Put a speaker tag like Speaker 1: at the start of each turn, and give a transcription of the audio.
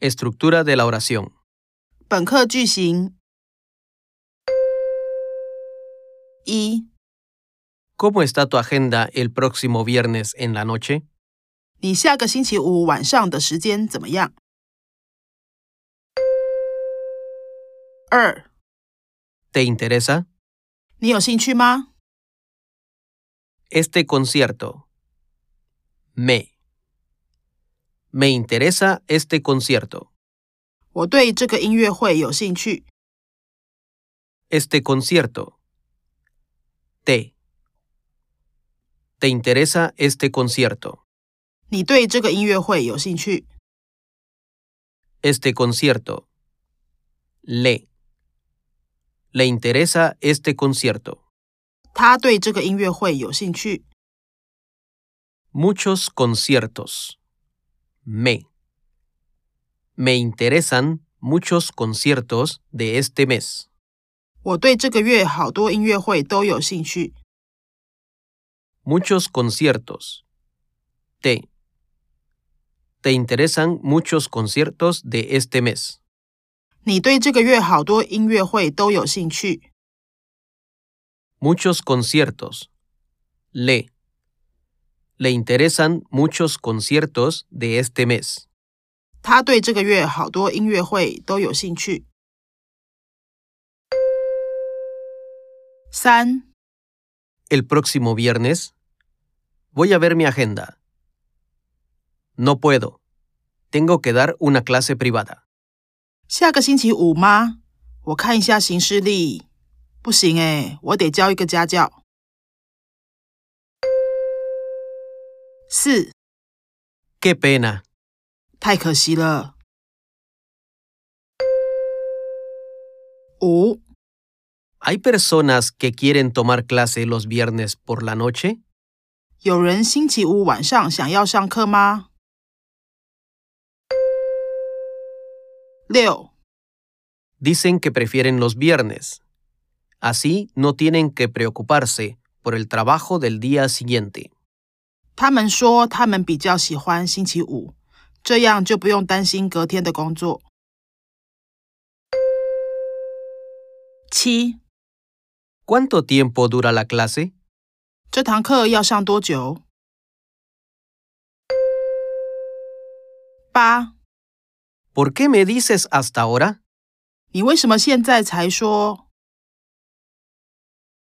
Speaker 1: Estructura de la oración.
Speaker 2: 本课句型一：
Speaker 1: ¿Cómo está tu agenda el próximo viernes en la noche?
Speaker 2: 你下个星期五晚上的时间怎么样？二：
Speaker 1: ¿Te interesa?
Speaker 2: 你有兴趣吗？
Speaker 1: Este concierto. Me. Me interesa este concierto.
Speaker 2: 我对这个音乐会有兴趣。
Speaker 1: Este concierto. Te. ¿Te interesa este concierto?
Speaker 2: 你对这个音乐会有兴趣？
Speaker 1: Este concierto. Le. ¿Le interesa este concierto?
Speaker 2: 他对这个音乐会有兴趣。
Speaker 1: Muchos conciertos. Me. Me interesan muchos conciertos de este mes.
Speaker 2: 我对这个月好多音乐会都有兴趣。
Speaker 1: Muchos conciertos. Te. Te interesan muchos conciertos de este mes.
Speaker 2: 你对这个月好多音乐会都有兴趣？
Speaker 1: Muchos conciertos. Le. Le interesan muchos conciertos de este mes.
Speaker 2: 他对这个月好多音乐会都有兴趣。三，
Speaker 1: El próximo viernes. Voy a ver mi agenda. No puedo. Tengo que dar una clase privada.
Speaker 2: 下个星期五吗？我看一下行事历。不行诶，我得教一个家教。四，
Speaker 1: Qué pena.
Speaker 2: 太可惜了。五，
Speaker 1: ¿Hay personas que quieren tomar clase los viernes por la noche?
Speaker 2: 有人星期五晚上想要上课吗？六。
Speaker 1: Dicen que prefieren los viernes. Así no tienen que preocuparse por el trabajo del día siguiente.
Speaker 2: 他们说他们比较喜欢星期五，这样就不用担心隔天的工作。七，
Speaker 1: ¿Cuánto tiempo dura la clase?
Speaker 2: 这堂课要上多久？八，
Speaker 1: ¿Por qué me dices hasta ahora?
Speaker 2: 你为什么现在才说？